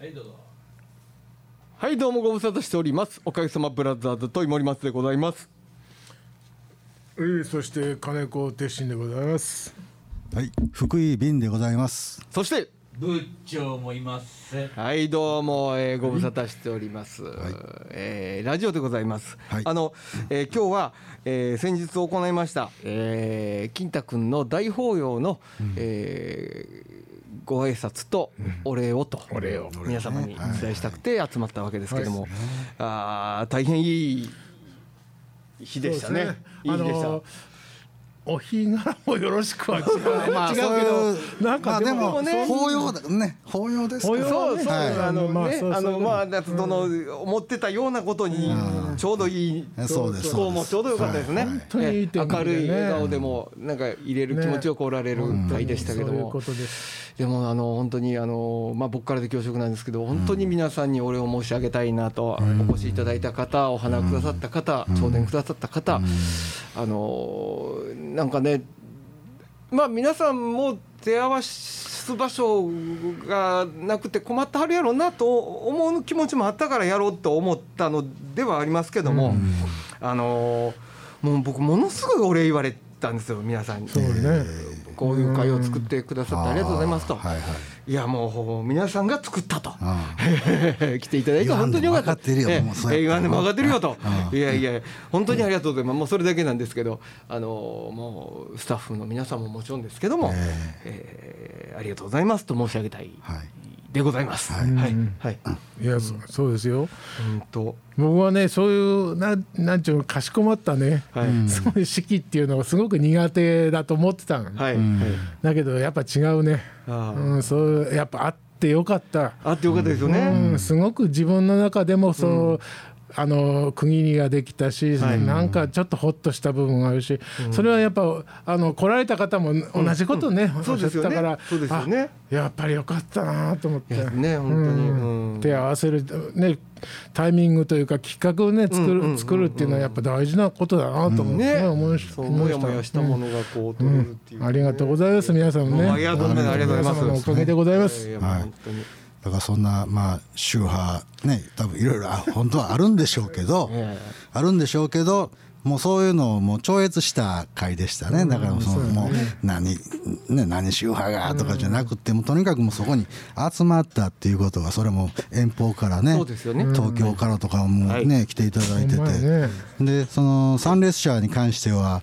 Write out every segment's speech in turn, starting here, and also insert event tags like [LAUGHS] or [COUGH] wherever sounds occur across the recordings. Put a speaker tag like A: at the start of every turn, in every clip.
A: はいどうぞ
B: はいどうもご無沙汰しておりますおかげさまブラザーズといもりますでございます
C: えー、そして金子鉄心でございます。
D: はい、福井便でございます。
B: そして
A: 部長もいます
B: はいどうも、えーご無沙汰しております、えーラジオでございます、
D: はい
B: あの、えー今日は、えー先日行いました、えー金太くんの大法要の、えーご挨拶とお礼をと、
C: お礼を
B: 皆様にお伝えしたくて集まったわけですけども、あー大変いい日でしたね
C: そうです
B: いい
C: あ
B: 日でした、
C: のお日柄もよろしくは違う,、
B: まあ
C: 違う
D: そう
C: けど
D: いう
C: なんか
D: ま
C: で
D: あ、で
C: も
D: も
B: でもね
D: 法要だね、法要ですか
C: 法
D: ら。
C: 要
B: そうそう、
D: はい
B: あの
C: まあ
B: ね、
C: そう
B: あ
C: そう
B: のまあ夏との思ってたようなことにちょうどいい
D: そうです
B: 気候もちょうどよかったですね。
D: はいはい
C: 本当にいい天気で
B: 明
C: ね
B: るい笑顔でもなんか入れる気持ちよくおられる会でしたけど
C: そういう
B: も
C: こ。とです。
B: でもあの本当にあのまあ僕からで恐縮なんですけど本当に皆さんにお礼を申し上げたいなとお越しいただいた方お花くださった方頂戴くださった方あのなんかねまあ皆さんも手合わす場所がなくて困ってはるやろうなと思う気持ちもあったからやろうと思ったのではありますけども、あのもう僕ものすごいお礼言われたんですよ皆さんに。
C: そうね。
B: こういう会を作ってくださってありがとうございますと、
D: はいはい。
B: い、やもうほぼ皆さんが作ったと、
D: あ
B: [LAUGHS] 来ていただいて本当によかった
D: 言わんでも分かってるよ
B: ええ
D: もうそうやって
B: 言わんでも分かってるよといやいや本当にありがとうございます、もうそれだけなんですけどあのもうスタッフの皆さんももちろんですけども、ええありがとうございますと申し上げたい
D: はい。
B: でございますはいはい、はい、
C: いや、そそうですよ。
B: うんと
C: 僕はねそういうなんなんちゅうのかしこまったね、
B: はい
C: そういう式っていうのがすごく苦手だと思ってたの、
B: はい、はい
C: だけどやっぱ違うね、
B: ああ
C: うん、そうやっぱあってよかった、
B: あってよかったですよね、
C: うん、すごく自分の中でもその、あの区切りができたし、なんかちょっとほっとした部分があるし、それはやっぱあの来られた方も同じことね、おっしゃ
B: そうですよね
C: ったから
B: そうですよね
C: あやっぱりよかったなと思って
B: いやね本当に、うん
C: 手合わせる、ね、タイミングというかきっかけをね作る,、作るっていうのはやっぱ大事なことだなと思って、
B: ね
C: 思い
B: そうもやもやしたものがこう取れるっていう、
C: ありがとうございます皆さんもね
B: もうありがとうございますありがとうございます
C: 皆様のおかげでございま
B: い
C: す、
B: やいやもう本当に、
D: だからそんなまあ宗派ね多分いろいろあ本当はあるんでしょうけど、
B: え
D: あるんでしょうけどもうそういうのをもう超越した回でしたねだからそのもう何ね何宗派がとかじゃなくてもうとにかくもうそこに集まったっていうことがそれも遠方からね
B: そうですよね
D: 東京からとかも
B: は
D: ね、
B: い
D: 来ていただいてて、
C: ほんまやね
D: でその参列者に関しては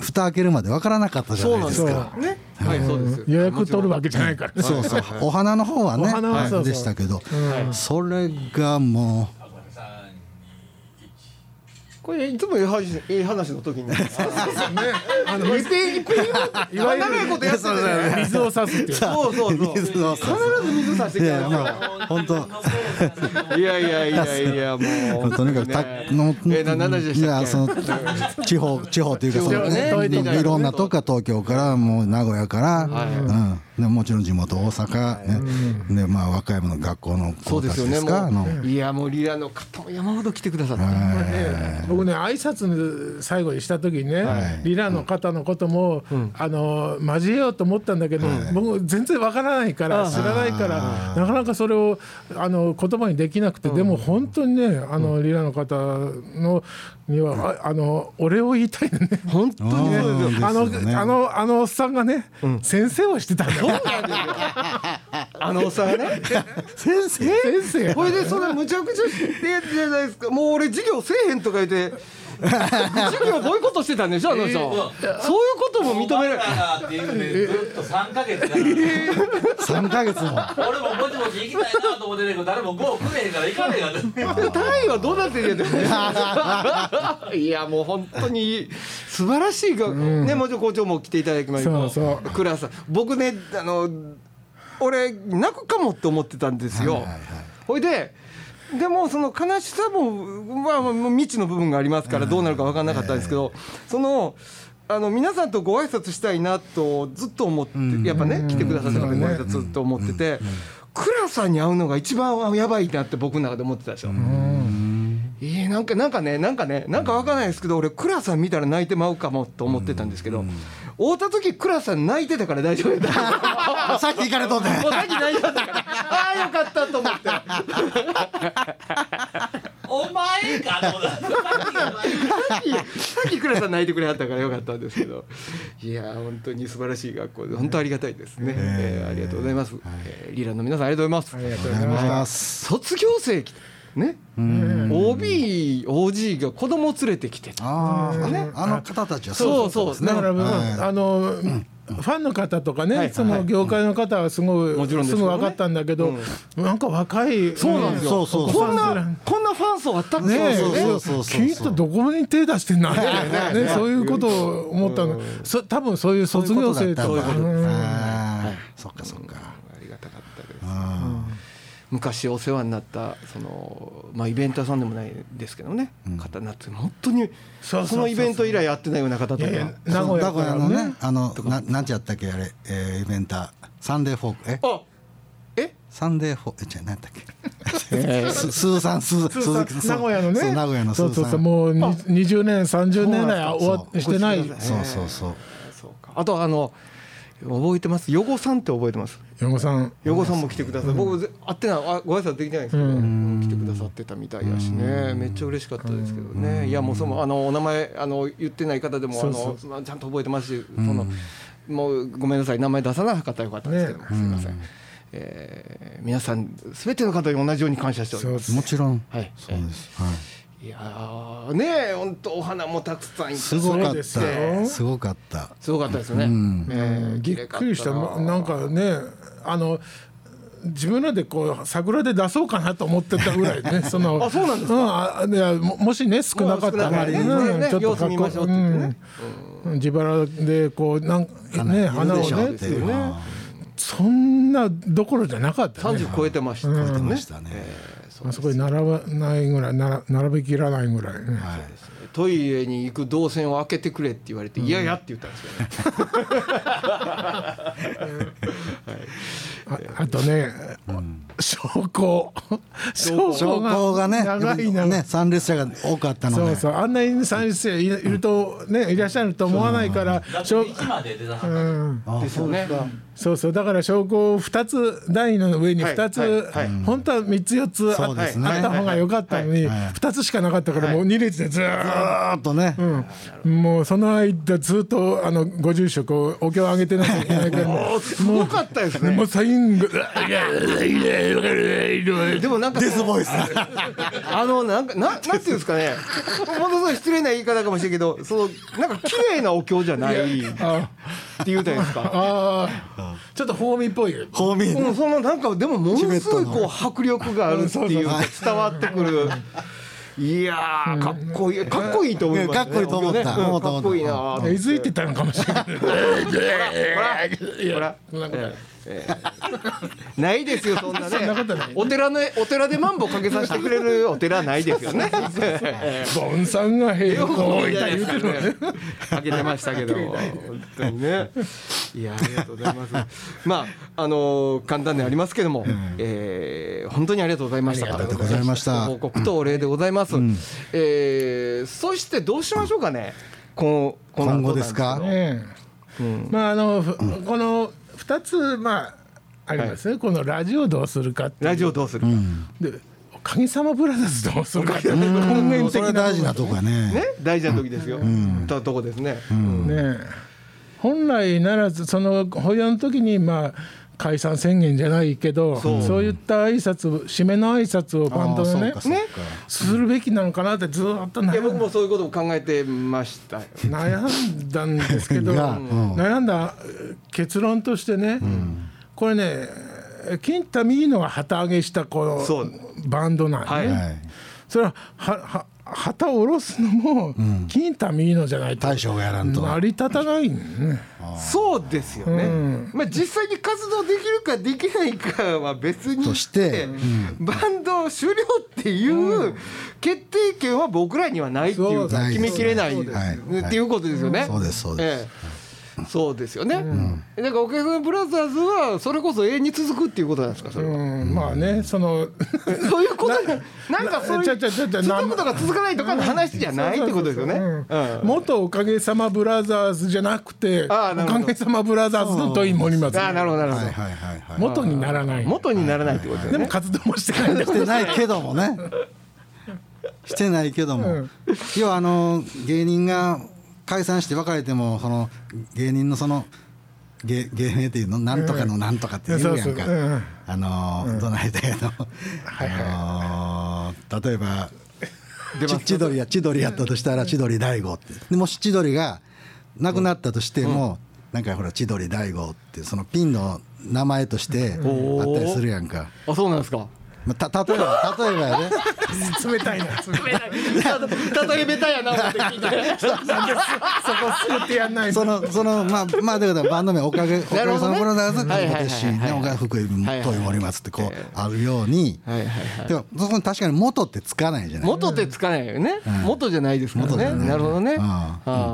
D: 蓋開けるまでわからなかったじゃ
B: そうなん
D: ないで
B: ですす
D: か。
B: よねはいそうです
C: 予約取るわけじゃないから
D: そうそう、お花の方はね
C: お花は
D: はい
C: そうそう
D: でしたけど、それがも
B: これいつもええ話ええ話の時に [LAUGHS]
C: あの一平一平いわゆる
B: 長いことやっててね
C: 水を差すっていう
B: そう [LAUGHS] そうそう
D: う水を差
B: 必ず水さして
D: すい
B: き
D: や
B: た
D: まあ本当
B: いやいやいやいやもう
D: とにかくた
B: ね
D: の
B: えな何でし
D: い
B: たっ
D: や
B: け
D: その地方地方というか
B: 地
D: そ
B: 方
D: のね
B: ね
D: いろんなとこから東京からもう名古屋から、うんでもちろん地元大阪ね、でまあ和歌山の学校の
B: そ
D: 子
B: うで
D: た
B: すよ
D: ちで
B: ね
D: すか
B: もういやもうリラの方も山ほど来てくださった
C: 僕ね挨拶の最後にした時にね、リラの方のことも、あの交えようと思ったんだけど、僕全然わからないから知らないからなかなかそれをあの言葉にできなくて、でも本当にねあのリラの方のにはああのお礼を言いたいね。
B: 本当にね
D: うん
C: あの、
D: ですよね
C: あのあのおっさんがね、先生をしてたんだよ。
B: あのおっさんが [LAUGHS] ね
D: 先生
C: 先生
B: これでそれむちゃくちゃしてじゃないですかもう俺授業せえへんとか言って授業ボイコットしてたんでしょあの人、そういうことも認められ
A: バカだっていうんでずっと3ヶ月から
D: 三ヶ月も
A: 俺もぼちぼち行きたいなと思ってたけど誰もゴーくれへんから行かねえが
B: 単位はどうなってるんやて [LAUGHS] いやもう本当に素晴らしいが、ねもちろん校長も来ていただきました
C: そうそう
B: クラス僕ねあの俺泣くかもって思ってたんですよ、ほいででもその悲しさも、まあ、もう未知の部分がありますからどうなるか分からなかったんですけど、そのあの皆さんとご挨拶したいなとずっと思って、やっぱね来てくださった方ご挨拶ずっと思ってて、クラさんに会うのが一番やばいなって僕の中で思ってたでしょ。えー、なんかなんかねなんかねなんかわかんないですけど俺クラさん見たら泣いてまうかもと思ってたんですけど会うた時クラさん泣いてたから大丈夫だ
D: さっき行かれとんね
B: もう泣き泣いてたから [LAUGHS] ああよかったと思って
A: お前かと思った
B: さっきさっき倉さん泣いてくれはったからよかったんですけどいやー本当に素晴らしい学校で本当ありがたいですね、えーありがとうございます、えーリーランの皆さんありがとうございます
C: ありがとうご
D: あ
C: ざい
D: りがとうござい
C: ま
D: ます。
B: 卒業生来てね OBOG が子供連れてきて
D: ああ、あの方たちは
B: そう
D: です
B: そ
C: す
B: う
D: ね。
C: だから、
D: はい
C: まああの、ファンの方とかね、
B: はい
C: その業界の方はすごい、
B: もちろんですす
C: ぐ分かったんだけど、なんか若い
B: そうなんですよ
D: そうそうそう
B: こんなこんなファン層あったっけ、
C: ねえ
D: そうそうそうそう
C: 聞いたどこに手出してんだみたいなねそういうことを思ったのそ多分そういう卒業生と
D: そういう
C: か
D: ことだったん
C: うん
D: だあーそっかそっか。
B: ありがたかったです、昔お世話になったその、まあ、イベント屋さんでもないですけどね、方になって本当に
C: そうそうそうそう
B: そのイベント以来やってないような方とか
C: いやいや
D: そ
C: 名
D: の
C: 古
D: 名
C: 屋
D: 古
C: か
D: 屋
C: ら
D: の
C: ね
D: ね、あのななんてやったっけあれ、えーイベンターサンデーフォークえ、
B: あえ
D: サンデーフォークえじゃなんだっけ。ススーさんスー
C: スーさん
D: 鈴木さ
C: 名
D: ん
C: 古屋のね
D: そう名古屋のス
C: そう
D: ー
C: そう
D: さ。
C: そうんもうに20年30年来
D: そう
C: 終わしてない
D: そうそうそう。
B: [LAUGHS] そうかあとあの覚えてますヨゴさんって覚えてます
C: ヨゴさん
B: ヨゴさんも来てくださって、僕ぜ会ってないあご挨拶できてないんですけど、来てくださってたみたいやしねめっちゃ嬉しかったですけどねいやもうそのあのお名前あの言ってない方でもあ
C: そうそう
B: のまあちゃんと覚えてますしそのもうごめんなさい名前出さなかったらよかったんですけど、
C: ね
B: すみません、えー皆さんすべての方に同じように感謝しております。
D: もちろん。
B: はい
D: そうです。はい。
B: いやーねえ本当お花もたくさんいて
D: すごか
C: そう
D: っ
C: ですよ
D: た。すごかった。
B: すごかったですよね。えー
C: びっくりし
B: 綺
C: た
B: 麗かっ
C: まなんかねあの自分らでこう桜で出そうかなと思ってたぐらいね
B: [LAUGHS]
C: その
B: あそうなんです
C: か、あいやももしね少なかったら
B: もう少なかったらねね様子見ましょうって言ってね
C: うん自腹でこうなんかね花を
D: いるでしょ
C: ね
D: う
C: っ
D: ってて
C: い
D: いうう
C: ね
D: ね。
C: そんなどころじゃなかった
B: 三
C: ね
B: 十超えてましたね。
D: 超えてましたね
B: えーそう
C: あそこに並ばないぐらいなら並べきらないぐらいね
D: はい。
B: トイレに行く動線を開けてくれって言われて、いやいやって言ったんですよね。
C: ああとね、証拠証
D: 証拠がね、
C: 長い長い
D: ね、参列者が多かったの
C: そ
D: で、
C: うそうあんなに参列者いいるとねいらっしゃると思わないから証
A: 駅まで出なかった
C: うん
D: あ
B: ですよね。
C: そうそうだから証拠を2つ台の上に
B: はい
C: 2つ、
B: はいはい
C: 本当は3つ4つあ,、
D: そうですね
C: あった方が良かったのに、
D: はいはい
C: 2つしかなかったからもう2列でずーっ
D: あーっとね、
C: と、もうその間ずっとあのご住職をお経をあげてなきゃいけないからも
B: おすごかったです
C: うも
B: ね
C: う。サインが「いやいやいやいやいやい
B: でもなんか
D: デスボイスだ。
B: あのなんかななんていうんですかね。本当そう失礼な言い方かもしれんけど、そのなんか綺麗なお経じゃないって
C: や
B: 言うたんですか。
C: ああちょっと法味っぽい
D: 公民、
B: うん、そのなんかでもものすごい
D: チベット
B: こう迫力があるっていうか伝わってくる。いやーかっこいいかっこいいと思いますね。
D: かっこいいと思っ
B: お
D: た
B: 経ねうんかっこいいなーって
C: えずいてたのかもしれない。
B: ほら
C: そんなことない
B: ないですよそんなね
C: んなことない
B: お寺のお寺でマンボかけさせてくれるお寺はないですよね
C: ボンさんが平行を置いた言うてるのね。
B: かけてましたけど本当にねいやありがとうございますまああのー簡単でありますけども、えー本当にありがとうございましたあり
D: がとうございました
B: 報告とお礼でございます、えーそしてどうしましょうかねこのこの後
D: 今後です
B: なん
D: か
B: けど
C: ええまああの、ふこの二つまあありますね、このラジオどうするかっていう
B: ラジオどうするか、
C: でおかげさまブラザーズどうするかっていう根源
D: そ
C: 的な
D: れ大事なとこやね。
B: ね大事な時ですよ、ととこですね、
C: ねえ本来ならずその保養の時にまあ解散宣言じゃないけどそういった挨拶を締めの挨拶をバンドのね
D: あーそうかそうか
C: するべきなのかなってずーっと
B: いや
C: 悩
B: 僕
C: ん
B: もそういうことを考えてましたよ
C: 悩んだんですけど、
D: がうん
C: 悩んだ結論としてね、これね金太ミーノが旗揚げしたこ
B: そう
C: のバンドなんで、
B: はい
D: はい、
C: それははは旗を下ろすのも金太ミーノじゃないと
D: 大将がやらんと。
C: 成り立たないんだよね。
B: そうですよね、まあ、実際に活動できるかできないかは別に
D: として
B: バンド終了っていう決定権は僕らにはないっていう
C: そう
B: 決めきれない
D: はい
B: ねっていうことですよね。
D: そうですそうです
B: ええそうですよね、だからオケズブラザーズはそれこそ永遠に続くっていうことなんですかそれは
C: うん、まあねその
B: そういうことななんかそういう
C: ち
B: 続
C: ょちょちょちょ
B: くとか続かないとかの話じゃ [LAUGHS] ないってことですよね
C: うん
B: うん
C: 元おかげさまブラザーズじゃなくてお
B: あーなるほど
C: かげさまブラザーズの問い森松
B: ああなるほどなるほど、
D: はいはいはいはい
C: 元にならない
B: 元にならないってことだよ
C: で
B: ね、
C: も活動もしてないんだ
D: してないけどもねしてないけども、要はあの芸人が解散して別れてもその芸人のその芸芸名っていうのなんとかのなんとかって言うや
C: う
D: んか、
C: んそうそううん
D: あのーどないだやの、あのー例えばち千鳥や千鳥やったとしたら千鳥大悟ってでもし千鳥が亡くなったとしても、なんかほら千鳥大悟ってそのピンの名前としてあったりするやんか。
B: あそうなんですか
D: まあ、た例えば例えばや
B: [LAUGHS]
D: ね
C: 冷たいな冷たい
B: 例えベタやな [LAUGHS] って聞いて
C: そこ救ってやんない
D: そのそのまあまあだからバンド名おかげおか
B: なる
D: げ
B: ほ
D: さ
B: どね
D: まブラザーズ
B: はいはいはいはい
D: 小手氏ねおが福井も
B: はいはい
D: 問い森松ってこうあるように
B: はいはいはい
D: でもそこに確かに元ってつかないじゃない
B: 元ってつかないよね、元じゃないですから
D: 元じ
B: ね
D: ゃない
B: なるほどね、
D: うん
B: はあ、はあはあ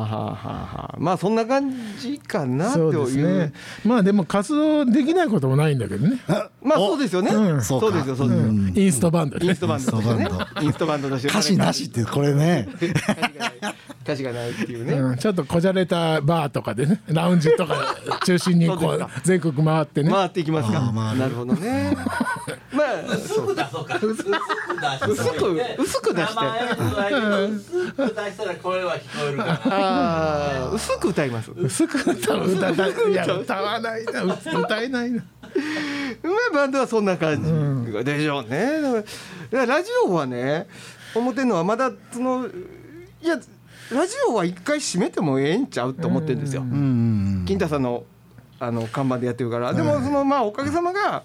B: はあ、まあそんな感じかなと
C: そ
B: いうう
C: ですねまあでも活動できないこともないんだけどね、
B: まあそうですよね、
C: うん
B: そ
D: そううか
B: ですよそうですよ、
C: うんインストバンド
B: イン
C: ね
B: ストバンドとしてね
D: インスト
B: インストバ
D: バン
B: ンドとして
D: 歌詞なしってこれね
B: 歌詞がない歌詞がないっていうね、
C: うんちょっとこじゃれたバーとかでねラウンジとか中心にこ
B: そう
C: う
B: で
C: 全国回ってね、
B: 回っていきますか
D: あー回る
B: なるほどねまあ
A: 薄く出そうか薄く出し
B: 薄
A: とい
B: く
A: て
B: 薄く出して
A: 名前を加えて薄く出したら声は聞こえるかな
B: あー薄く歌います
C: 薄く歌う歌だいや歌わないな歌えないな
B: うまいバンドはそんな感じでしょうね。だからラジオはね思ってんのはまだそのいやラジオは一回閉めてもええんちゃうと思ってるんですよ。
D: うんうん
B: 金太さんのあの看板でやってるからでもそのまあおかげさまが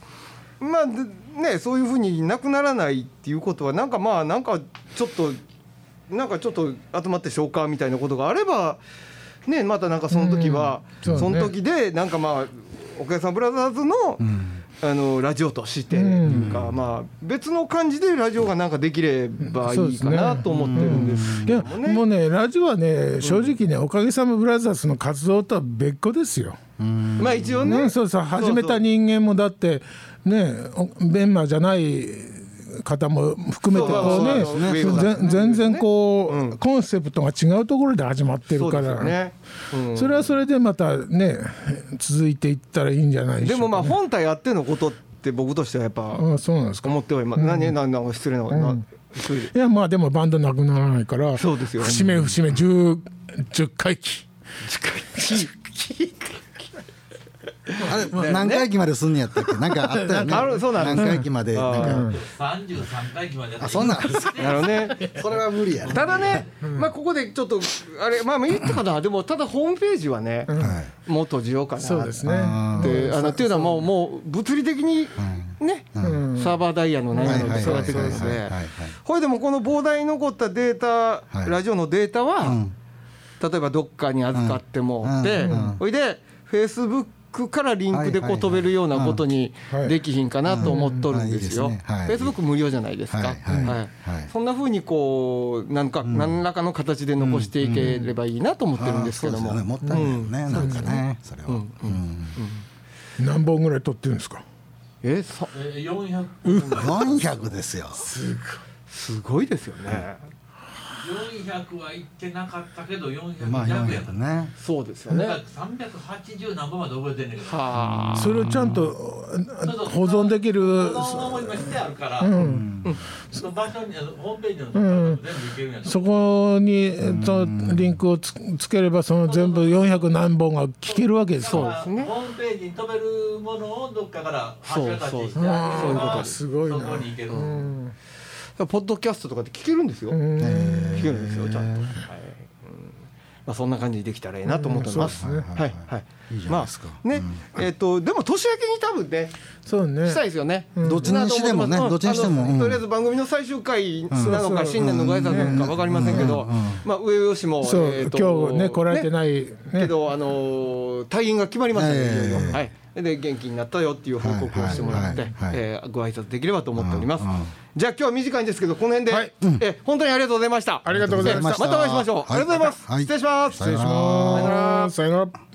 B: まあでねそういうふうになくならないっていうことはなんかまあなんかちょっとなんかちょっと集まって消化みたいなことがあればねまたなんかその時は、
C: うんそう
B: そ
C: ね
B: の時でなんかまあおかげさまブラザーズの、あのラジオとしてっていうか、まあ別の感じでラジオがなんかできればいいかなと思ってるんです
C: い
B: け
C: や
B: どもね。
C: もうねラジオはね正直ね、おかげさまブラザーズの活動とは別個ですよ、
B: まあ一応ね、
C: ね、そうそう始めた人間もだってねおメンバーじゃない方も含めてこうね
B: そうそうそうそう
C: 全全然こう、コンセプトが違うところで始まって
B: そう
C: るか
B: ですよ
C: ら
B: ね。うん
C: それはそれでまたね続いていったらいいんじゃないでし
B: で
C: ょう
B: もまあ
C: か
B: 本体あってのことって僕としてはやっぱ
C: あそうなんですか
B: 思ってはいます、何何何失礼な、な失礼
C: いやまあでもバンドなくならないから
B: そうですよね
C: 節目節目 10, 10回忌
D: あれ何回忌まですんねやったっけなんかあったよ
B: [LAUGHS]
D: ね
B: あるそうなんです
D: 何回忌までなんか
A: 三十三回忌まで
D: あそんなんです
B: [LAUGHS] なるほど
C: [LAUGHS]
B: ね
D: それは無理やね
B: ただね、まあここでちょっとあれまあ言ったかなでもただホームページはね、
D: はい
B: もう閉じようかなって
C: そうですね
D: あ
B: あのっていうのはもうもう物理的にね、サーバーダイヤのないので育ててくるの
D: はいはい
B: で
D: はいはいはい
B: ほいでもこの膨大に残ったデータ、
D: はい
B: ラジオのデータは、
D: ん
B: 例えばどっかに預かっても
D: うん
B: で、
D: うん
B: ほいでフェイスブックからリンクで
D: はいはい
B: こ
D: は
B: う
D: い
B: 飛べるようなことに
C: はい
B: できひんかなと思っとるんですよ。
D: う
B: フ
D: んうんうんはいいい
B: ェ
D: で
B: イス
D: す
B: ブ
D: ね
B: ック無料じゃないですか。
D: はいはい
B: はい
D: はい
B: そんな風にこうなんか何らかの形で残していければいいなと思ってるんですけども。
D: あーそうですよねもったいないよねなんかねそれはうん
C: 何本ぐらい撮ってるんですか
B: えそ
A: 四百
D: 400ですよ
B: すごいですよね。
A: 四百はいってなかったけど四百
D: まあ
A: 弱やか
D: 400
A: ら
D: ね
B: そうですよね。は
A: 三百八十何本まで覚えてんねんけど
B: あ。
C: それをちゃんとあ保存できる
A: 保存も今してあるから、うんその場所にあのホームページのところ全部いけるんやと
C: そこにえっとリンクをつつければその全部400何本が聞けるわけです
A: だ
C: か
A: からホームページに飛べるものをどっかから柱立ちしてあげ
B: そ
A: て
B: う
C: ら
B: そういうこと
C: あーすごい
A: そ
C: な
A: こに行ける、
B: ポッドキャストとかで聞けるんですよ。
C: うん
B: 聞けるんですよ、ちゃんと。はい。うんまあ、そんな感じにできたらいいなと思ってます。
C: うんそう
B: は
C: で
B: い、はい。
D: いいじゃないですか
B: まあね、えっと、でも年明けに多分ね、
C: そうね
B: したいですよね。
D: どっちにしてもね
B: うん
D: どっちにしても
B: あの
D: うん
B: とりあえず番組の最終回なの
C: う
B: か、
C: ん
B: 新年のご挨拶なのか、わかりませんけど。まあ、上吉も、
C: そう、
B: えっと
C: 今日ね来られてない
B: け
C: ね
B: ど、あのー退院が決まりましたね、
D: ええ
B: いよいよはい、で元気になったよっていう報告をしてもらって、
D: はいはいはい
B: えーご挨拶できればと思っております、
D: うんうん
B: じゃあ今日は短いんですけどこの辺で、
C: はい
B: えー本当にありがとうございました
C: ありがとうございました
B: えーまたお会いしましょう、
D: はい
B: ありがとうございます、
D: はい
B: 失礼します
D: さよなら
C: さよなら